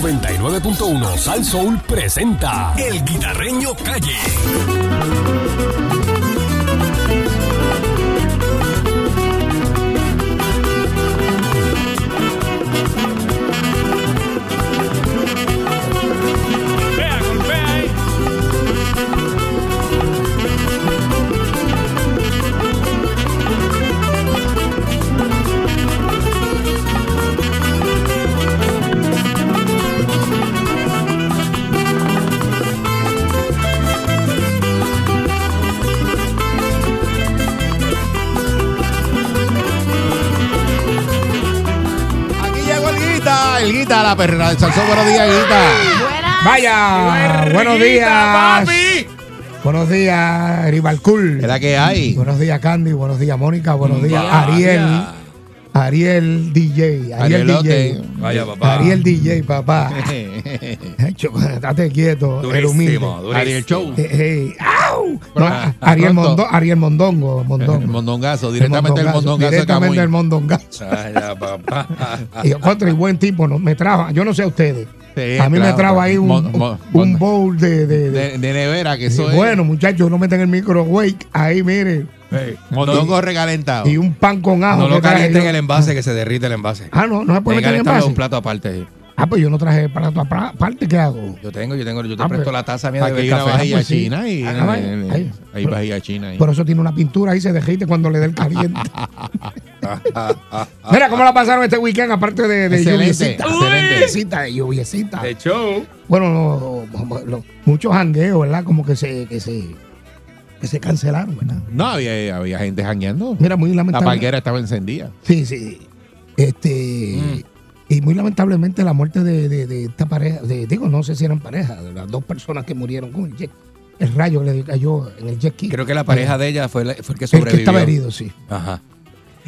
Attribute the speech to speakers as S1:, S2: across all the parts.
S1: 99.1 Sal Soul presenta El Guitarreño Calle.
S2: Golpea, golpea ahí.
S3: Aquí llegó el guita, el guita, la perra del salsón. Buenos días, guita.
S4: Buenas.
S5: Vaya, buenos días.
S2: Papi.
S5: Buenos días, Rivalcool.
S3: ¿Qué la que hay?
S5: Buenos días, Candy. Buenos días, Mónica. Buenos días, Ariel. Ariel DJ. Ariel
S3: Arielote.
S5: DJ.
S2: Vaya, papá.
S5: Ariel DJ, papá. Hecho, Estate quieto, el humilde.
S2: Durísimo, durísimo.
S3: Ariel Show.
S5: Eh, eh, ¡au!
S3: Pero,
S5: No,
S3: ah,
S5: Ariel,
S3: pronto.
S5: Mondo- Ariel Mondongo. Mondongo.
S3: El mondongazo, directamente el mondongazo de Camuy.
S5: Directamente el mondongazo.
S2: Vaya, papá.
S5: Y yo, contra el buen tipo, no, me traba. Yo no sé a ustedes.
S3: Sí,
S5: a mí
S3: claro.
S5: me traba ahí un,
S3: Mon- mon-
S5: un
S3: mon-
S5: bowl de- de- de,
S3: De, de nevera, que eso
S5: Y bueno, muchachos, no metan el microwave ahí, mire.
S2: Ey,
S3: es. Mondongo recalentado.
S5: Y un pan con ajo.
S2: No
S5: que
S2: lo
S5: traje
S2: calienten
S5: yo.
S2: el envase, que se derrite el envase.
S5: Ah, no, no se puede meter
S2: Tiene que
S5: en
S2: calentarlo en
S5: base.
S2: un plato aparte.
S5: Ah, pues yo no traje plato aparte, ¿qué hago?
S2: Yo tengo, yo tengo, yo te
S5: Ah,
S2: presto
S5: pero-
S2: la taza mía de
S3: Aquí hay
S2: beber
S3: una
S2: café.
S3: vajilla
S5: pues sí.
S3: china ahí.
S5: Ah,
S3: eh,
S5: vaya,
S3: eh,
S5: ahí.
S3: Hay
S5: Pero-
S3: vajilla china ahí.
S5: Por eso tiene una pintura ahí, se derrite cuando le dé el caliente. Mira, ¿cómo la pasaron este weekend? Aparte de, de
S3: Excelente,
S5: lluviecita.
S3: excelente.
S5: Lluviecita, de lluviecita.
S2: De show.
S5: Bueno, no, no, no, muchos jangueos, ¿verdad? Como que se, que se, que se cancelaron, ¿verdad?
S3: No, había, había gente jangueando.
S5: Mira, muy
S3: La
S5: lamentable.
S3: parquera estaba encendida.
S5: Sí, sí. Este.
S3: Mm.
S5: Y muy lamentablemente la muerte de, de- de esta pareja, de- digo, no sé si eran pareja, de las dos personas que murieron con el jet. El rayo le cayó en el jet ski.
S2: Creo que la pareja de ella fue, la- fue el que
S5: el que
S2: sobrevivió.
S5: estaba herido, sí.
S2: Ajá.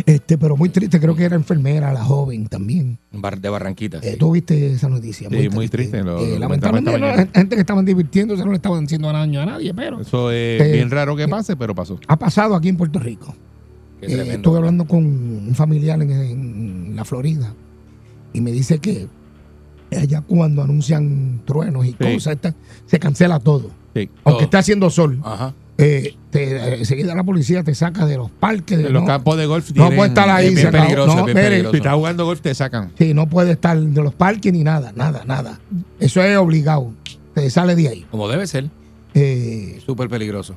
S5: Este, pero muy triste, creo que era enfermera, la joven también.
S2: Bar- De Barranquitas.
S5: Eh, ¿Tú viste esa noticia?
S3: Sí, muy triste, lo-
S5: Eh,
S3: lo
S5: lamentablemente,
S3: comentamos esta
S5: no,
S3: mañana.
S5: gente que estaban divirtiéndose no le estaban haciendo daño a nadie, pero
S3: Eso es
S5: Eh,
S3: bien raro que pase, pero pasó.
S5: ha pasado aquí en Puerto Rico.
S2: Qué
S5: Eh,
S2: tremendo.
S5: estuve hablando con un familiar en, en la Florida y me dice que allá cuando anuncian truenos y cosas, esta- se cancela todo.
S3: Sí.
S5: Aunque
S2: Todo. Ah.
S5: esté haciendo sol,
S2: Ajá.
S5: eh, te- enseguida la policía te saca de los parques. De,
S3: En los
S5: no,
S3: campos de golf.
S5: no
S3: tienen-
S5: puede estar ahí.
S2: es bien
S5: se acabó.
S2: peligroso,
S5: No,
S2: es bien
S5: mire,
S2: peligroso.
S3: Si estás jugando golf, te sacan.
S5: sí, no puede estar de los parques ni nada, nada, nada. Eso es obligado. Te sale de ahí.
S2: Como debe ser.
S5: Eh,
S2: Súper peligroso.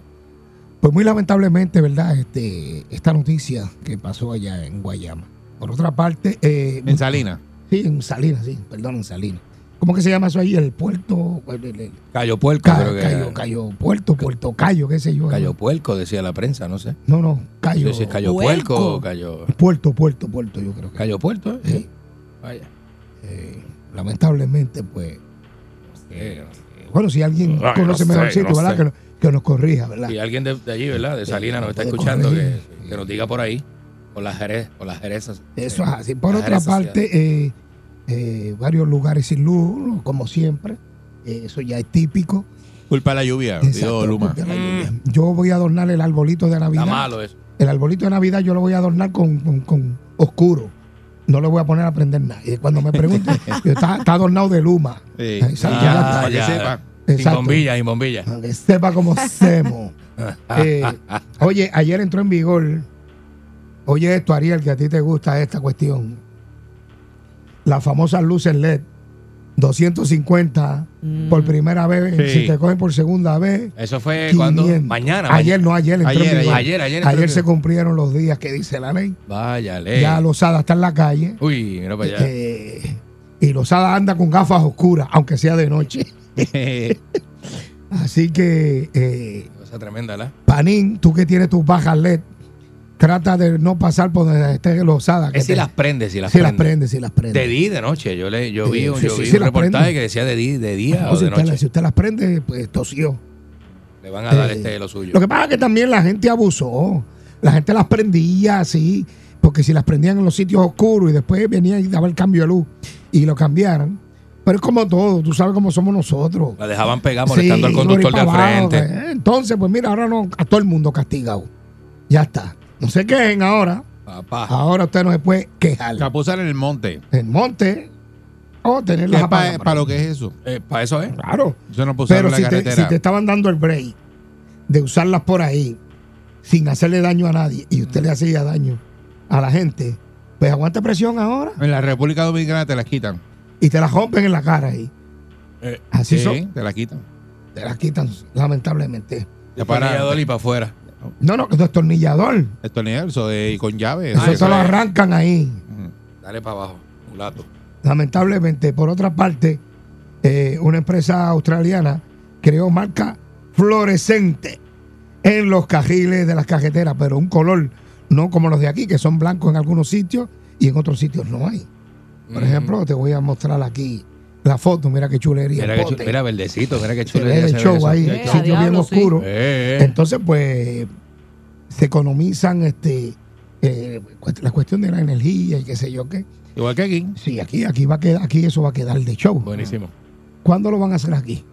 S5: Pues muy lamentablemente, ¿verdad? Este, esta noticia que pasó allá en Guayama. Por otra parte, eh,
S3: En Salinas.
S5: sí, en Salinas, sí, perdón, en Salinas. ¿Cómo que se llama eso ahí? El puerto, el, el- el-
S2: Cayo Puerco,
S5: Ca-
S2: creo que
S5: Cayo, Cayo Puerto, Puerto Cayo, qué sé yo.
S2: Cayo Puerco, decía la prensa, no sé.
S5: No, no, Cayo.
S2: No sé si es Cayo Puerco, o Cayo,
S5: Puerto, Puerto, Puerto, yo creo que.
S2: Cayo Puerto. ¿eh?
S5: Sí.
S2: Vaya.
S5: Eh, lamentablemente, pues,
S2: Eh,
S5: bueno, si alguien
S2: Ay,
S5: conoce
S2: no sé,
S5: mejor el sitio,
S2: no
S5: ¿verdad?
S2: sé.
S5: Que, no- que nos corrija, ¿verdad?
S2: Si alguien de, de allí, ¿verdad? De Salinas nos está
S5: puede
S2: escuchando, que,
S5: corregir.
S2: que nos diga por ahí, por las jerez, por las jerezas.
S5: Eso es
S2: Eh,
S5: así. Por
S2: las
S5: otra
S2: redes sociales.
S5: parte, eh, eh, varios lugares sin luz, como siempre. Eh, Eso ya es típico.
S3: Culpa de la lluvia,
S5: Exacto,
S3: dijo Luma.
S5: porque la lluvia. Mm. Yo voy a adornar el arbolito de
S2: Está
S5: Navidad.
S2: malo eso.
S5: El arbolito de Navidad yo lo voy a adornar con, con- con oscuro. No le voy a poner a prender nada. Y cuando me pregunten, yo, está, está adornado de Luma.
S3: Sí.
S5: Exacto,
S3: Ya,
S5: ya está.
S3: para que
S2: Ah, ya.
S3: sepa.
S2: Sin
S5: Exacto.
S2: bombilla, sin bombilla.
S5: Para que sepa cómo hacemos. Eh, oye, ayer entró en vigor. Oye, esto, Ariel, que a ti te gusta esta cuestión. Las famosas luces LED 250
S2: Mm.
S5: por primera vez.
S3: Sí.
S5: Si te cogen por segunda vez.
S2: Eso fue cuando.
S5: 500.
S2: Mañana.
S5: Ayer no, ayer entró
S3: Ayer,
S5: en vigor.
S2: ayer, ayer entró en
S5: se
S2: vigor.
S5: cumplieron los días que dice la ley.
S2: Vaya, ley.
S5: Ya Lozada está en la calle.
S2: Uy, mira para allá.
S5: eh, y Lozada anda con gafas oscuras, aunque sea de noche. Así que. eh,
S2: Cosa tremenda, ¿la?
S5: Panín, tú que tienes tus bajas LED, trata de no pasar por donde esté losada. que
S2: Es si
S5: te-
S2: las prende, si las
S5: si las
S2: prende.
S5: prende, si las prende.
S2: De día y de noche. Yo le, yo vi,
S5: Sí,
S2: un-
S5: sí,
S2: yo
S5: sí,
S2: vi
S5: sí,
S2: un
S5: las
S2: reportaje
S5: prende.
S2: que decía de día, de
S5: No,
S2: día o
S5: si, usted,
S2: de
S5: la-
S2: noche.
S5: si usted las prende, pues tosió.
S2: Le van a dar
S5: Eh,
S2: este lo suyo.
S5: Lo que pasa es que también la gente abusó. La gente las prendía así, porque si las prendían en los sitios oscuros y después venía y daba el cambio de luz y lo cambiaran. Pero es como todo, tú sabes cómo somos nosotros.
S2: La dejaban pegar molestando
S5: Sí,
S2: al conductor de
S5: por ahí
S2: al
S5: para abajo,
S2: frente.
S5: eh. Entonces, pues mira, ahora no, a todo el mundo castigado. Ya está. No se quejen ahora.
S2: Papá.
S5: Ahora usted no se puede quejar.
S3: Capuzar en el monte.
S5: el monte o tenerlas
S3: ¿Qué pa-
S5: apagadas.
S3: ¿Para lo que es eso?
S2: para Eh, eso es.
S5: Claro.
S3: Yo no puedo usar
S5: Pero
S3: la
S5: si te,
S3: carretera.
S5: si te estaban dando el break de usarlas por ahí sin hacerle daño a nadie y usted le hacía daño a la gente, pues aguante presión ahora
S3: En la República Dominicana te las quitan.
S5: y te la rompen en la cara ahí.
S2: Eh,
S5: Así
S3: Sí,
S5: son,
S3: te las quitan.
S5: te la quitan lamentablemente.
S3: Ya
S2: para
S3: para
S2: Dolly para afuera.
S5: No, no, que destornillador.
S3: estornillar eso de- eh, y con llave.
S5: Ah, Eso
S3: eso
S5: te lo
S3: es-
S5: arrancan ahí.
S3: Ujú.
S2: Dale para abajo, mulato.
S5: Lamentablemente, por otra parte, eh, una empresa australiana creó marca fluorescente en los carriles de las carreteras, pero un color no como los de aquí, que son blancos en algunos sitios y en otros sitios no hay. Por ejemplo, te voy a mostrar aquí la foto, mira qué chulería.
S2: Mira,
S5: el
S2: que chu-
S5: pote.
S2: mira verdecito, mira que
S5: Se
S2: chulo.
S5: ve el show ahí,
S4: Eh,
S5: sitio
S4: a
S5: bien
S4: diablo, sí.
S5: oscuro.
S2: Eh, eh.
S5: Entonces, pues, se economizan este eh, la cuestión de la energía y qué sé yo qué.
S3: Igual que aquí.
S5: Sí, aquí, aquí va a quedar, aquí eso va a quedar de show.
S2: Buenísimo.
S5: ¿Cuándo lo van a hacer aquí?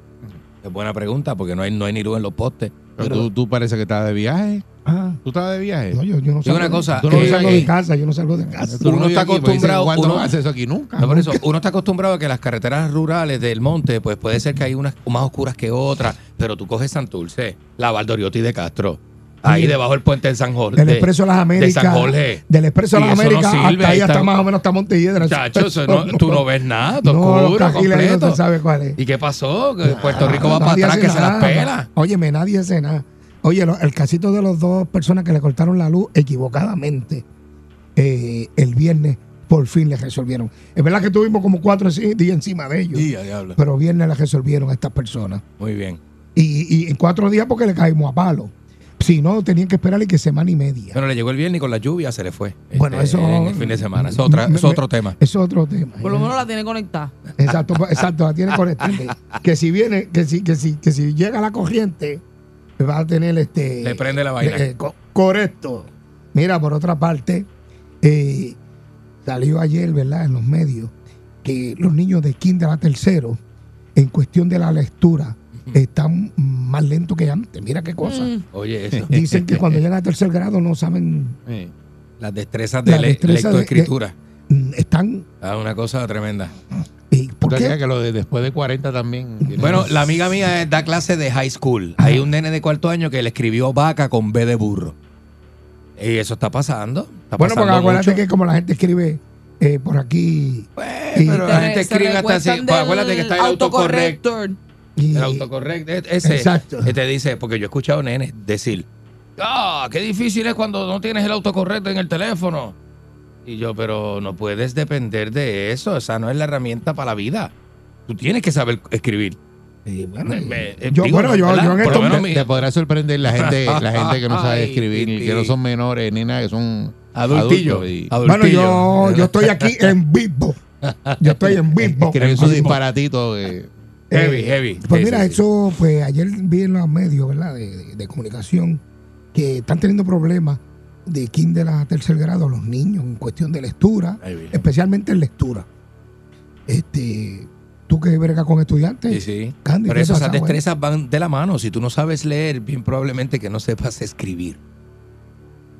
S2: Es buena pregunta porque no hay, no hay ni luz en los postes.
S3: Pero tú, tú parece que estás de viaje.
S5: Ah,
S3: ¿Tú estabas de viaje?
S5: no, yo, yo no
S2: Digo
S5: salgo,
S2: una
S5: de-
S2: cosa,
S5: yo no
S2: eh,
S5: salgo de
S2: eh,
S5: casa, yo no salgo de casa.
S2: uno
S3: vives
S2: está
S3: aquí, pues, dicen,
S2: acostumbrado,
S3: ¿Cuándo
S2: uno-
S3: vas a hacer eso aquí? Nunca.
S2: No, por eso, uno está acostumbrado a que las carreteras rurales del monte, pues puede ser que hay unas más oscuras que otras, pero tú coges Santurce, la Valdoriotti de Castro, ahí
S5: Sí.
S2: debajo del puente en San Jorge.
S5: Del Expreso de las Américas.
S2: De San Jorge.
S5: Del Expreso de
S2: Y
S5: las
S2: eso no
S5: Américas
S2: sirve,
S5: hasta ahí,
S2: ahí
S5: hasta
S2: está-
S5: más o menos hasta Montehiedra.
S2: Chacho, eso no-
S5: Eso
S2: tú no ves nada, todo
S5: No, los
S2: oscuro,
S5: cajiles ahí no
S2: completo.
S5: se sabe cuál es.
S2: ¿Y qué pasó? Que Puerto Rico va
S5: Nadie
S2: para atrás,
S5: hace
S2: que se las
S5: nada.
S2: pela.
S5: Óyeme, nadie hace nada. Oye, lo- el casito de las dos personas que le cortaron la luz equivocadamente eh, el viernes por fin le resolvieron. Es verdad que tuvimos como cuatro sí, días encima de ellos, pero viernes le resolvieron a estas personas.
S2: Muy bien.
S5: Y, y en cuatro días porque le caímos a palo. Si no, tenían que esperar y que semana y media.
S2: Bueno, le llegó el viernes y con la lluvia se le fue. Este,
S5: Bueno, eso-
S2: En el fin de semana. Es, otra,
S5: Me-
S2: es
S5: me-
S2: otro tema.
S5: Eso es otro tema. ¿eh?
S4: Por lo
S2: Mm.
S4: menos la tiene conectada.
S5: Exacto, pues, exacto, la tiene conectada. Que si viene, que si, que si, que si llega la corriente, va a tener este.
S2: Le prende la vaina.
S5: eh, co- correcto. Mira, por otra parte, eh, salió ayer, ¿verdad?, en los medios, que los niños de kinder a tercero, en cuestión de la lectura, están más lentos que antes. Mira qué cosa.
S4: Mm.
S2: Oye, eso.
S5: Dicen que cuando llegan a tercer grado no saben,
S3: Sí.
S2: Las destrezas de
S5: La
S2: le-
S5: destreza de-
S2: lectoescritura.
S5: mm, están.
S2: Ah, una cosa tremenda.
S5: ¿y ¿Por
S3: Tú te digas
S5: qué?
S3: que lo de después de 40 también. tiene-
S2: Bueno, la amiga mía eh, da clase de high school. Hay un nene de cuarto año que le escribió vaca con B de burro. Y eso está pasando. Está
S5: Bueno, porque
S2: pasando
S5: acuérdate
S2: mucho.
S5: que como la gente escribe eh, por aquí.
S2: Eh,
S5: y-
S2: pero la
S4: Se-
S2: gente
S4: se
S2: escribe hasta así.
S4: recuestan
S2: Pues, acuérdate
S4: del
S2: que está el autocorrector.
S4: autocorrector.
S5: y-
S2: El autocorrecto. e- Ese.
S5: Exacto.
S2: que te dice, porque yo he escuchado nenes decir, ah, qué difícil es cuando no tienes el autocorrecto en el teléfono. Y yo, pero no puedes depender de eso. Esa no es la herramienta para la vida. Tú tienes que saber escribir.
S5: Y bueno,
S2: Me- me-
S5: yo,
S2: Eh, digo,
S5: bueno, yo,
S2: ¿verdad?
S5: yo en
S2: Por
S5: esto
S2: lo menos
S3: Te,
S2: mi-
S3: te podrá sorprender la gente, la gente que no sabe
S2: Ay,
S3: escribir,
S2: Titi.
S3: que no son menores ni nada, que son
S2: Adultillo.
S3: adultos y-
S5: Bueno,
S2: Adultillo.
S5: yo, yo estoy aquí en vivo. Yo estoy en vivo.
S3: Creen esos
S5: Vivo.
S3: disparatitos. eh,
S2: Heavy, heavy.
S5: Pues
S2: Sí,
S5: mira,
S2: sí, sí.
S5: eso, pues ayer vi en los medios, ¿verdad? De, de- de comunicación, que están teniendo problemas de kinder a tercer grado los niños en cuestión de lectura,
S2: Ay, bien.
S5: especialmente en lectura. Este, tú que verga con estudiantes.
S2: Sí, sí.
S5: Candy,
S2: Pero
S5: ¿qué
S2: eso,
S5: pasa,
S2: esas
S5: güey?
S2: destrezas van de la mano. Si tú no sabes leer, bien probablemente que no sepas escribir.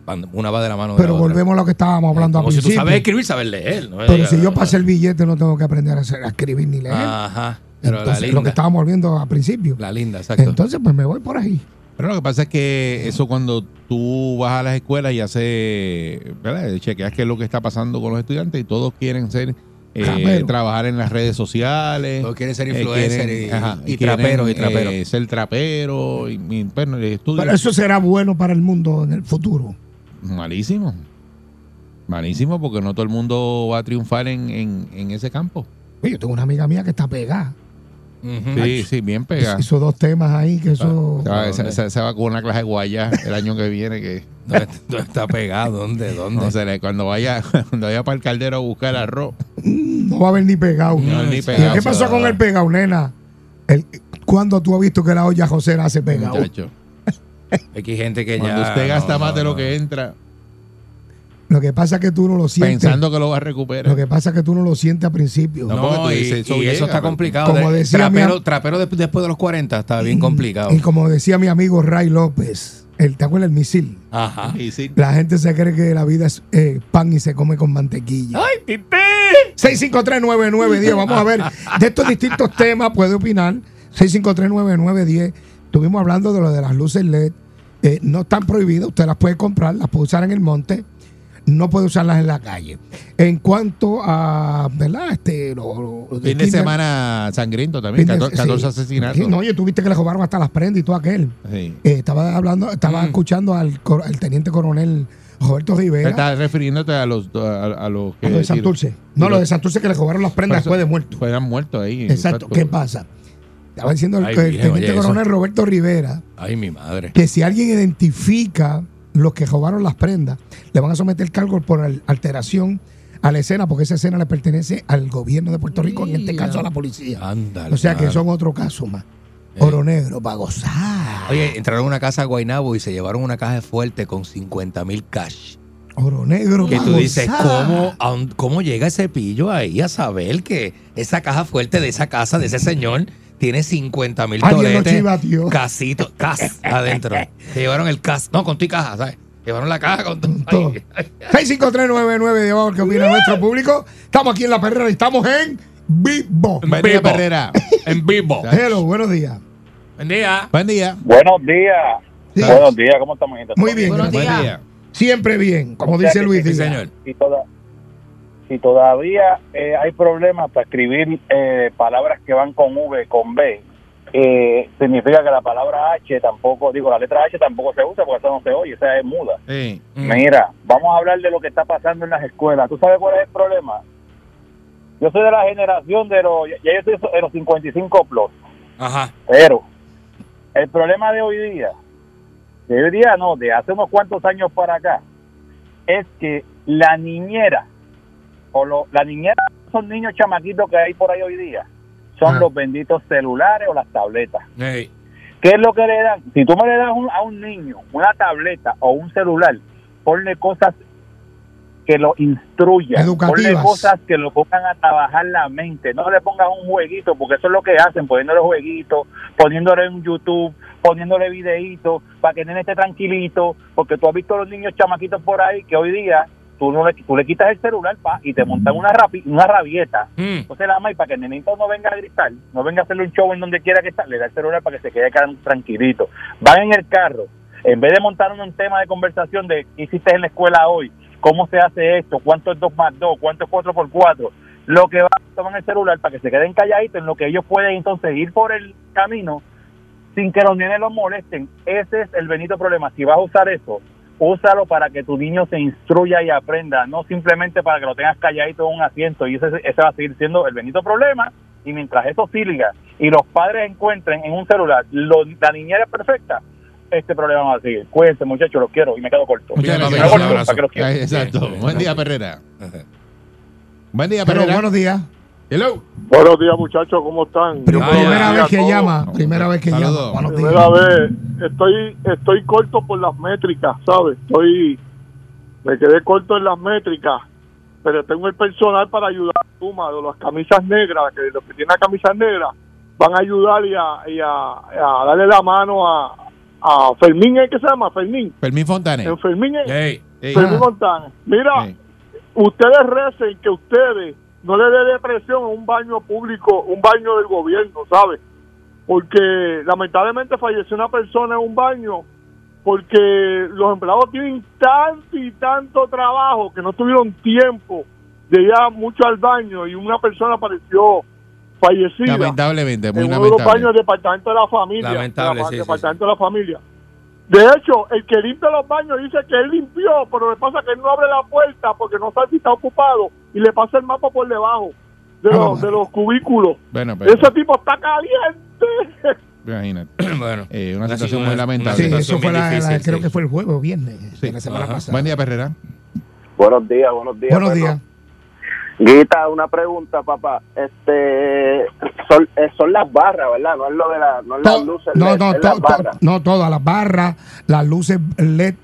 S2: Van- Una va de la mano. de
S5: Pero
S2: la otra.
S5: volvemos a lo que estábamos hablando al
S2: Como si tú
S5: principio.
S2: sabes escribir, sabes leer. ¿no?
S5: pero si yo pasé el billete, no tengo que aprender a, hacer- a escribir ni leer.
S2: Ajá. Ah, Pero
S5: Entonces,
S2: la
S5: lo que
S2: linda.
S5: estábamos viendo al principio.
S2: La linda, exacto.
S5: Entonces, pues me voy por ahí.
S3: Pero lo que pasa es que eso cuando tú vas a las escuelas y haces, ¿verdad? chequeas qué es lo que está pasando con los estudiantes y todos quieren ser, eh,
S5: Trapero.
S3: trabajar en las redes sociales.
S2: Todos quieren ser
S3: eh,
S2: influencer
S3: quieren,
S2: y,
S3: ajá,
S2: y
S3: quieren,
S2: traperos y traperos.
S3: eh, ser trapero y, y, bueno, el estudio.
S5: Pero eso será bueno para el mundo en el futuro.
S3: Malísimo. Malísimo porque no todo el mundo va a triunfar en, en- en ese campo.
S5: Oye, Yo tengo una amiga mía que está pegada. Mm.
S2: Ujú.
S3: Sí, sí, bien pegado.
S5: Hizo dos temas ahí que eso.
S3: Se
S2: Ah,
S3: va, se- se- se va con una clase de guaya el año que viene que
S2: ¿Dónde, dónde está pegado? ¿Dónde? ¿Dónde?
S3: no se le- cuando vaya cuando vaya para el caldero a buscar arroz
S5: No va a haber ni pegado.
S3: No, ni
S5: ¿Y
S3: pegado,
S5: ¿Qué pasó
S2: chaval.
S5: con el pegado, nena? El, ¿Cuándo tú has visto que la olla José la hace pegado?
S3: muchacho.
S2: Aquí hay gente que
S3: Cuando
S2: ya.
S3: usted gasta
S2: no,
S3: más de
S2: no,
S3: lo
S2: no.
S3: que entra,
S5: Lo que pasa es que tú no lo sientes.
S3: pensando que lo va a
S5: Lo
S3: recuperar.
S5: que pasa es que tú no lo sientes al principio.
S3: No, porque tú
S2: No, y,
S3: dices, eso
S2: y
S3: llega,
S2: eso está
S3: pero-
S2: complicado.
S5: Como
S2: De-
S5: decía mi
S2: trapero,
S5: am-
S2: trapero de- después de los 40 está bien complicado.
S5: Y como decía mi amigo Ray López, el, ¿te acuerdas? El misil.
S2: Ajá.
S3: Y sí.
S5: La gente se cree que la vida es eh, pan y se come con mantequilla.
S2: ¡Ay, Titi!
S5: 6539910. Vamos a ver, de estos distintos temas puede opinar. 6539910. Estuvimos hablando de lo de las luces LED. Eh, no están prohibidas, usted las puede comprar, las puede usar en el monte, no puede usarlas en la calle. En cuanto a, ¿verdad? Este, lo- lo de
S3: Fin de
S5: Kinder-
S3: semana sangriento
S5: fin
S3: también,
S5: de-
S3: 14, 14
S5: sí.
S3: asesinatos.
S5: Sí, no, oye, tú viste que le robaron hasta las prendas y todo aquel.
S3: Sí.
S5: Eh, estaba hablando, estaba
S2: Mm.
S5: escuchando al, cor- al teniente coronel Roberto
S3: Te
S5: Rivera.
S3: Estás refiriéndote a los, a, a los que.
S5: A Ah, lo
S2: eh,
S5: de Santurce. No, lo de Santurce que le robaron las prendas después de muerto.
S3: Fueran muertos ahí.
S5: Exacto. ¿Qué pasa? Estaba diciendo el,
S2: Ay,
S5: el
S2: Virgen,
S5: teniente
S2: oye, eso.
S5: coronel Roberto Rivera
S2: ¡Ay, mi madre!
S5: que si alguien identifica los que robaron las prendas, le van a someter cargo por al- alteración a la escena, porque esa escena le pertenece al gobierno de Puerto Rico, en este
S2: Mira.
S5: caso a la policía.
S2: Ándale.
S5: O sea que
S2: mano.
S5: son otro caso más.
S2: Eh.
S5: Oro negro para gozar.
S2: Oye, entraron a una casa a Guaynabo y se llevaron una caja fuerte con 50 mil cash.
S5: Oro negro
S2: Que
S5: para
S2: tú dices,
S5: gozar.
S2: ¿cómo, a un- ¿cómo llega ese pillo ahí a saber que esa caja fuerte de esa casa, de ese señor, tiene 50 mil
S5: Alguien lo
S2: toletes,
S5: chivateó.
S2: casito, cas adentro? Se llevaron el cas, no, con tu y caja, ¿sabes? Llevaron la caja con todo.
S5: Todo. 65399 de que opina nuestro público. Estamos aquí en la perrera y estamos en vivo.
S3: Buen día, Perrera.
S2: En vivo.
S5: Hello, buenos días.
S2: Buen día.
S3: Buen día.
S4: Buenos días.
S5: Sí.
S4: Buenos días, ¿cómo estamos, gente?
S5: Muy bien,
S3: Buen
S5: gracias.
S3: día.
S5: Siempre bien, como dice Luis.
S2: Sí,
S5: Díaz.
S2: señor.
S4: Si, toda- si todavía eh, hay problemas para escribir eh, palabras que van con V, con B, eh, significa que la palabra H tampoco, digo, la letra H tampoco se usa porque esa no se oye, esa es muda.
S3: Eh,
S4: Mm.
S5: Mm.
S4: Mira, vamos a hablar de lo que está pasando en las escuelas. ¿Tú sabes cuál es el problema? Yo soy de la generación de los, ya yo soy de los 55 plus.
S2: Ajá.
S4: Pero el problema de hoy día, de hoy día no, de hace unos cuantos años para acá, es que la niñera, o lo- la niñera son niños chamaquitos que hay por ahí hoy día, son
S5: Ah.
S4: los benditos celulares o las tabletas.
S2: Ey.
S4: ¿Qué es lo que le dan? Si tú me le das un- a un niño una tableta o un celular, ponle cosas que lo instruyan, ponle
S5: Educativas.
S4: cosas que lo pongan a trabajar la mente, no le pongas un jueguito, porque eso es lo que hacen, poniéndole jueguitos, poniéndole en YouTube, poniéndole videitos, para que el nene esté tranquilito, porque tú has visto a los niños chamaquitos por ahí que hoy día tú, no le, tú le quitas el celular pa, y te montan una, rapi- una rabieta.
S2: Mm.
S4: Entonces la ama y para que el nenito no venga a gritar, no venga a hacerle un show en donde quiera que está, le da el celular para que se quede can- tranquilito. Van en el carro, en vez de montar un tema de conversación de qué hiciste en la escuela hoy, cómo se hace esto, cuánto es 2 más 2, cuánto es 4 por 4, lo que van toman el celular para que se queden calladitos en lo que ellos pueden entonces ir por el camino sin que los nenes los molesten. Ese es el benito problema. Si vas a usar eso, úsalo para que tu niño se instruya y aprenda, no simplemente para que lo tengas calladito en un asiento. Y ese, ese va a seguir siendo el benito problema. Y mientras eso siga y los padres encuentren en un celular lo- la niñera perfecta, este problema va a seguir. Cuídense, muchachos, los quiero y me quedo corto.
S3: Muchas
S2: Bien,
S4: Me
S3: gracias.
S4: quedo
S2: papi,
S3: Un
S4: corto,
S3: abrazo.
S4: para que los quiero.
S3: Eh, Exacto.
S2: Bien, bien.
S3: Buen día, Perrera. Buen día,
S5: Pero
S3: Perrera.
S5: buenos días.
S3: Hello.
S6: Buenos días, muchachos, ¿cómo están?
S2: Pero-
S6: Buenos
S5: Primera
S6: días
S5: vez
S6: a
S5: que
S6: todos.
S5: llama,
S3: No,
S5: primera vez que
S3: saludos.
S5: llama. Buenos días.
S6: Primera vez. Estoy, estoy corto por las métricas, ¿sabes? Estoy, me quedé corto en las métricas, pero tengo el personal para ayudar a Tuma, de las camisas negras, que los que tienen las camisas negras van a ayudar y a, y a- a darle la mano a, a Fermín, ¿es que se llama? Fermín.
S3: Fermín Fontanes.
S5: eh,
S6: En Fermín, es-
S2: Ey.
S3: Sí.
S6: Fermín Montana. Mira,
S3: Sí.
S6: ustedes recen que ustedes no le dé depresión a un baño público, un baño del gobierno, ¿sabes? Porque lamentablemente falleció una persona en un baño porque los empleados tienen tanto y tanto trabajo que no tuvieron tiempo de ir a mucho al baño y una persona apareció fallecida
S3: Lamentablemente, muy
S6: en uno de los baños
S3: lamentable.
S6: del departamento de la familia.
S2: Lamentable,
S6: de la-
S2: sí, sí,
S6: departamento de la familia. De hecho, el que limpia los baños dice que él limpió, pero le pasa que él no abre la puerta porque no sabe si está ocupado y le pasa el mapa por debajo de,
S5: Ah,
S6: los,
S5: madre.
S6: de los cubículos.
S3: Bueno, pero
S6: Ese tipo está caliente.
S3: imagínate.
S2: bueno.
S3: Eh, una
S2: Una
S3: situación
S2: situación-
S3: muy
S2: una
S5: Sí,
S3: lamentable.
S2: situación
S5: eso fue
S2: bien
S5: la, la-
S2: difícil,
S5: creo
S2: sí.
S5: que fue el jueves o viernes de la semana
S2: Ajá.
S5: pasada.
S3: Buen día, Perrera.
S7: Buenos días, buenos días.
S5: Buenos
S7: Bueno,
S5: días.
S7: Guita, una pregunta, papá. Este, son, eh, son las barras, ¿verdad? No es lo de la, no es las
S5: To-
S7: luces.
S5: no,
S7: LED,
S5: no,
S7: es
S5: to-
S7: las
S5: to-
S7: barras.
S5: no, todas las barras, las luces LED,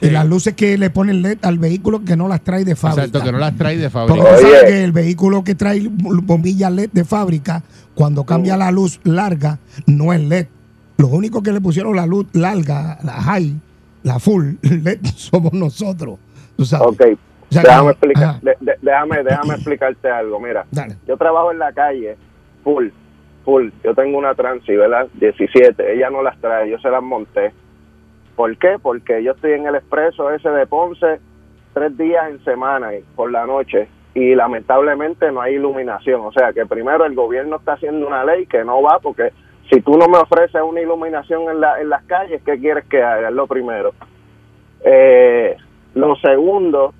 S2: Sí.
S5: y las luces que le ponen LED al vehículo que no las trae de fábrica.
S3: Exacto, que no las trae de
S5: Porque
S3: fábrica.
S5: usted
S7: Oye.
S5: sabe que el vehículo que trae bombilla LED de fábrica, cuando
S7: Mm.
S5: cambia la luz larga, no es LED. Lo único que le pusieron la luz larga, la high, la full LED somos nosotros. Tú sabes.
S6: Ok,
S5: O sea,
S6: déjame,
S5: que-
S6: explicar-
S5: ajá,
S6: de- de- déjame, déjame explicarte algo. Mira,
S5: dale.
S6: yo trabajo en la calle, full, full. Yo tengo una transi, ¿verdad? 17. Ella no las trae, yo se las monté. ¿Por qué? Porque yo estoy en el expreso ese de Ponce tres días en semana y por la noche y lamentablemente no hay iluminación. O sea que primero el gobierno está haciendo una ley que no va porque si tú no me ofreces una iluminación en, la, en las calles, ¿qué quieres que haga? Es lo primero. Eh, lo segundo,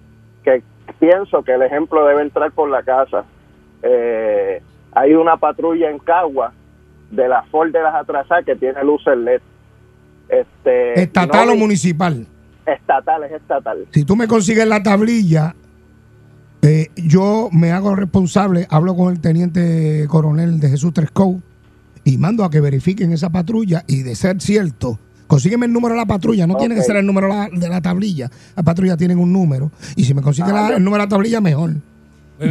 S6: que pienso que el ejemplo debe entrar por la casa. Eh, hay una patrulla en Cagua de la Ford de las atrasadas que tiene luces LED.
S7: Eh,
S6: Este,
S5: Estatal
S6: no
S5: o
S6: vi-
S5: municipal.
S6: Estatal, es estatal.
S5: Si tú me consigues la tablilla, eh, yo me hago responsable, hablo con el teniente coronel de Jesús Trescou y mando a que verifiquen esa patrulla y de ser cierto, consígueme el número de la patrulla, no tiene que
S6: Ok.
S5: ser el número de la, de la tablilla, las patrullas tienen un número y si me consigue
S6: Ah,
S5: la- el número de la tablilla, mejor.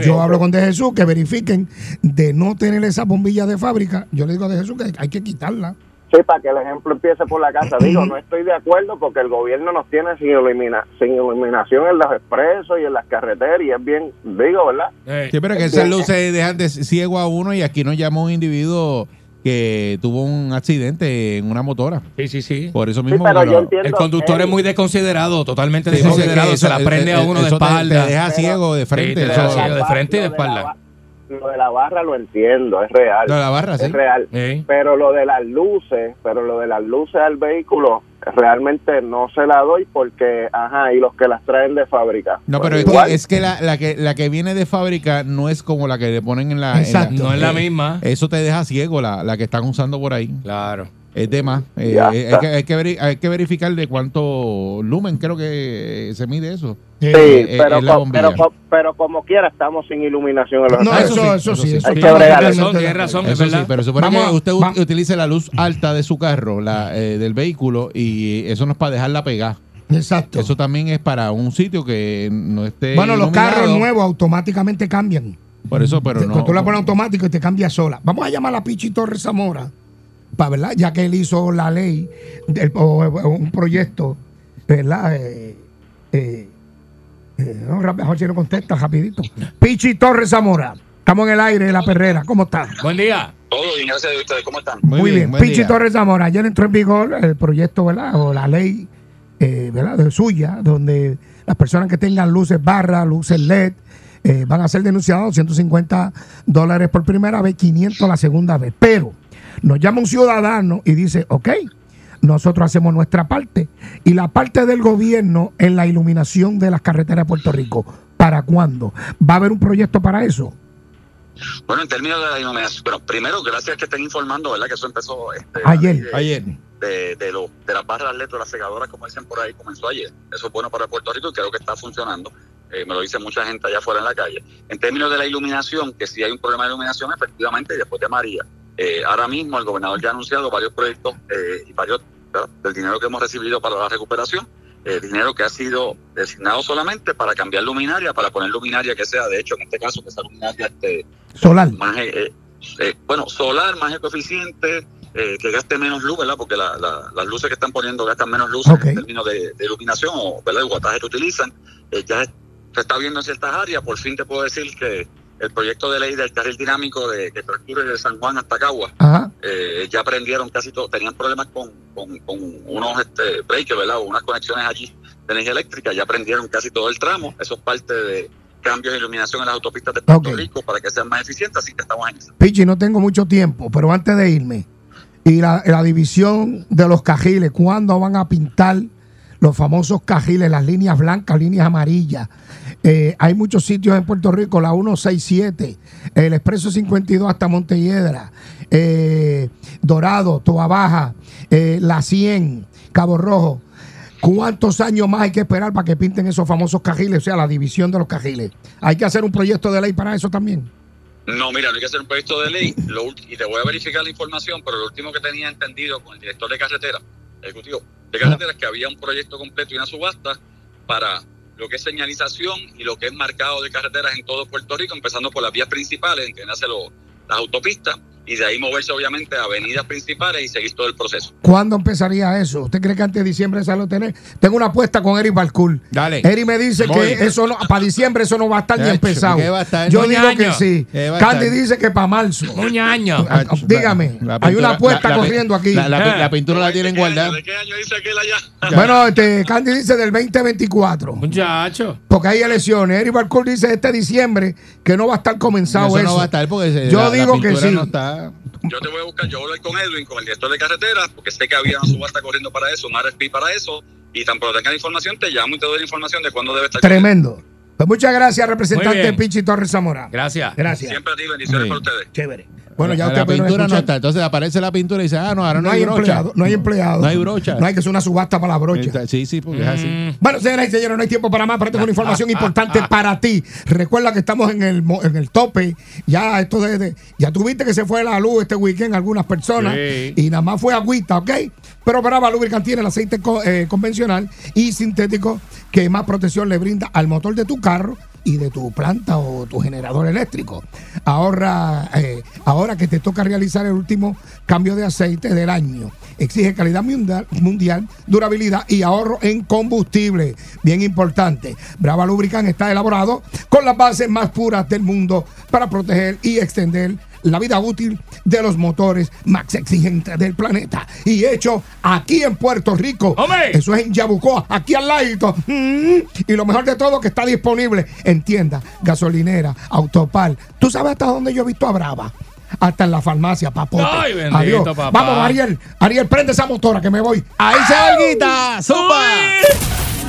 S5: Yo hablo con De Jesús que verifiquen de no tener esa bombilla de fábrica. Yo le digo a De Jesús que hay que quitarla.
S6: Sí, para que el ejemplo empiece por la casa. Digo, no estoy de acuerdo porque el gobierno nos tiene sin, ilumina, sin iluminación en los expresos y en las carreteras y es bien, digo, ¿verdad?
S3: Sí, pero que esas luces dejan de ciego a uno y aquí nos llamó un individuo que tuvo un accidente en una motora.
S2: Sí, sí, sí.
S3: Por eso
S6: Sí,
S3: mismo.
S6: pero
S3: pero-
S6: yo entiendo.
S2: El conductor es
S6: Eddie,
S2: muy desconsiderado, totalmente
S3: Sí, sí, sí,
S2: desconsiderado.
S3: que
S2: se la
S3: eso-
S2: prende a
S3: eh,
S2: uno de
S3: eso te-
S2: espalda.
S3: Te deja
S6: Pero-
S3: ciego de frente.
S2: te
S3: eso-
S2: deja
S6: lo de
S2: ciego de
S6: la
S2: frente y de
S6: ba- lo la
S2: espalda.
S6: ba- Lo de la barra lo entiendo, es real.
S3: lo de la barra, sí.
S6: es real.
S2: Sí.
S6: Pero lo de las luces, pero lo de las luces al vehículo, realmente no se la doy porque, ajá, y los que las traen de fábrica.
S3: No,
S6: Pues
S3: pero es
S6: igual,
S3: que, es que la, la que la que viene de fábrica no es como la que le ponen en eh, la. en la-
S5: Exacto.
S2: No es la misma.
S3: eso te deja ciego la, la que están usando por ahí.
S2: eh, Claro.
S3: Es de más. Eh,
S6: Ya
S3: hay,
S6: está.
S3: que, hay, que veri- hay que verificar de cuánto lumen creo que eh, se mide eso.
S6: Sí,
S3: eh,
S6: pero,
S3: es la
S6: co-
S3: bombilla.
S6: pero, co- pero como quiera, estamos sin iluminación en los
S5: No,
S3: Ah,
S5: eso,
S3: eso
S5: eso,
S3: sí,
S5: sí.
S3: eso sí.
S5: eso está
S6: Hay que bregar.
S5: totalmente
S2: Tienes razón,
S5: de
S2: tienes
S5: acuerdo.
S2: razón, es
S3: Eso sí,
S2: verdad.
S3: pero supone
S5: Vamos
S3: que
S5: a-
S3: usted
S5: va-
S3: ut- utilice la luz alta de su carro, la eh, del vehículo, y eso no es para dejarla pegar.
S5: Exacto.
S3: Eso también es para un sitio que no esté.
S5: bueno, los
S3: Eh, iluminado.
S5: carros nuevos automáticamente cambian.
S3: Por eso, pero
S5: Te-
S3: no.
S5: Tú la pones automático y te cambia sola. Vamos a llamar a Pichi Torres Zamora, para verdad, ya que él hizo la ley del- o, o un proyecto, ¿verdad? Eh, eh, eh, no, rap- mejor si no contesta, rapidito. Pichi Torres Zamora, estamos en el aire de la perrera. ¿Cómo estás?
S2: Buen día.
S8: Todo bien, gracias a ustedes. ¿Cómo están?
S3: Muy, bien, buen
S5: Pichi
S3: día.
S5: Torres Zamora, ayer entró en vigor el proyecto, ¿verdad? O la ley, eh, ¿verdad? De suya, donde las personas que tengan luces barra, luces LED, eh, van a ser denunciados 150 dólares por primera vez, 500 la segunda vez. Pero nos llama un ciudadano y dice, ok, nosotros hacemos nuestra parte. Y la parte del gobierno en la iluminación de las carreteras de Puerto Rico, ¿para cuándo? ¿Va a haber un proyecto para eso?
S8: Bueno, en términos de la iluminación, bueno, primero, gracias que estén informando, ¿verdad? Que eso empezó este,
S5: Ayer.
S8: de-
S3: Ayer.
S8: De, de, lo- de las barras LED, de las segadoras, como dicen por ahí, comenzó ayer. Eso es bueno para Puerto Rico y creo que está funcionando. Eh, me lo dice mucha gente allá afuera en la calle. En términos de la iluminación, que si hay un problema de iluminación, efectivamente, después de María. eh, ahora mismo el gobernador ya ha anunciado varios proyectos eh, y varios ¿verdad? del dinero que hemos recibido para la recuperación, eh, dinero que ha sido designado solamente para cambiar luminaria, para poner luminaria que sea, de hecho, en este caso, que esa luminaria este,
S5: Solar.
S8: más, eh, eh, bueno, solar más ecoeficiente, eh, que gaste menos luz, ¿verdad? Porque la- la- las luces que están poniendo gastan menos luz
S5: Ok.
S8: en términos de, de iluminación o ¿verdad? el guataje que utilizan. Eh, ya se está viendo en ciertas áreas. Por fin te puedo decir que el proyecto de ley del carril dinámico de, que transcurre de San Juan hasta Cagua,
S5: Ajá.
S8: eh, ya aprendieron casi todo, tenían problemas con, con, con unos este, breakers, ¿verdad? O unas conexiones allí de energía eléctrica, ya aprendieron casi todo el tramo, eso es parte de cambios de iluminación en las autopistas de Puerto
S5: Ok.
S8: Rico para que sean más eficientes, así que estamos en eso.
S5: Pichi, no tengo mucho tiempo, pero antes de irme, y la, la división de los cajiles, ¿cuándo van a pintar los famosos cajiles, las líneas blancas, líneas amarillas? Eh, hay muchos sitios en Puerto Rico, la 167, el Expreso 52 hasta Montelledra, eh, Dorado, Toa Baja, eh, la 100, Cabo Rojo. ¿Cuántos años más hay que esperar para que pinten esos famosos cajiles, o sea, la división de los cajiles? Hay que hacer un proyecto de ley para eso también.
S8: No, mira, no hay que hacer un proyecto de ley. Lo ulti- y te voy a verificar la información, pero lo último que tenía entendido con el director de carretera, ejecutivo de carretera, es que había un proyecto completo y una subasta para lo que es señalización y lo que es marcado de carreteras en todo Puerto Rico, empezando por las vías principales, entiéndase lo- las autopistas, y de ahí moverse obviamente a avenidas principales y seguir todo el proceso.
S5: ¿Cuándo empezaría eso? ¿Usted cree que antes de diciembre esa lo tener? Tengo una apuesta con Eric Balcour.
S3: Dale.
S5: Eric me dice
S3: Voy.
S5: que eso no, para diciembre eso no va a estar ni
S3: Chacho,
S5: empezado.
S3: ¿qué va a estar?
S5: Yo
S3: Un
S5: digo
S2: año.
S5: que sí.
S3: ¿Qué va a
S5: Candy
S3: estar?
S5: dice que para marzo.
S2: Un año.
S5: Ah,
S3: pues,
S5: Dígame, hay una apuesta corriendo aquí.
S3: La, la pi-
S2: Ah.
S3: la pintura la tienen
S8: ¿De qué año?
S3: guardada.
S8: ¿De qué año dice aquel allá?
S5: Bueno, este, Candy dice del 2024.
S2: Muchacho.
S5: Porque hay elecciones. Eric Balcour dice este diciembre que no va a estar comenzado eso.
S3: Eso no va a estar porque se-
S5: Yo
S3: la- la
S5: digo que
S3: pintura
S5: sí.
S3: no está.
S8: Yo te voy a buscar, yo voy a hablar con Edwin, con el director de carreteras, porque sé que había una subasta corriendo para eso, un RFP para eso, y tan pronto tenga la información, te llamo y te doy la información de cuándo debe estar.
S5: Tremendo. Pues muchas gracias, representante
S2: bien.
S5: Pichi Torres Zamora.
S2: Gracias.
S5: Gracias.
S8: Siempre a ti, bendiciones
S3: Sí.
S8: para ustedes.
S5: Chévere. Bueno, ya
S3: La-
S5: usted
S3: la
S5: pudieron
S3: pintura no
S5: escuchar.
S3: está. Entonces aparece la pintura y dice, ah, no, ahora no,
S5: No
S3: hay,
S5: hay
S3: brocha.
S5: empleado, no hay empleado.
S3: No hay brocha.
S5: No hay que hacer una subasta para la brocha. Mm.
S3: Sí, sí, porque es así.
S5: Bueno, señoras y señores, no hay tiempo para más, pero tengo una información importante para ti. Recuerda que estamos en el, mo- en el tope. Ya esto de, de- ya tuviste que se fue la luz este weekend algunas personas
S3: Sí.
S5: y nada más fue agüita, ¿ok? Pero Brava Lubricant tiene el aceite co- eh, convencional y sintético que más protección le brinda al motor de tu carro y de tu planta o tu generador eléctrico. Ahorra, eh, ahora que te toca realizar el último cambio de aceite del año. Exige calidad mundial, mundial, durabilidad y ahorro en combustible. Bien importante. Brava Lubricant está elaborado con las bases más puras del mundo para proteger y extender la vida útil de los motores más exigentes del planeta. Y hecho aquí en Puerto Rico.
S2: ¡Hombre!
S5: Eso es en Yabucoa, aquí al ladito. Mm. Y lo mejor de todo que está disponible en tiendas, gasolinera, autopal. ¿Tú sabes hasta dónde yo he visto a Brava? Hasta en la farmacia, papote.
S2: Ay, bendito, papá.
S5: Vamos, Ariel. Ariel, prende esa motora que me voy. Ahí se va Alguita.
S2: ¡Supa!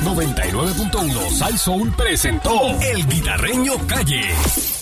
S1: 99.1 Sal Soul presentó El Guitarreño Calle.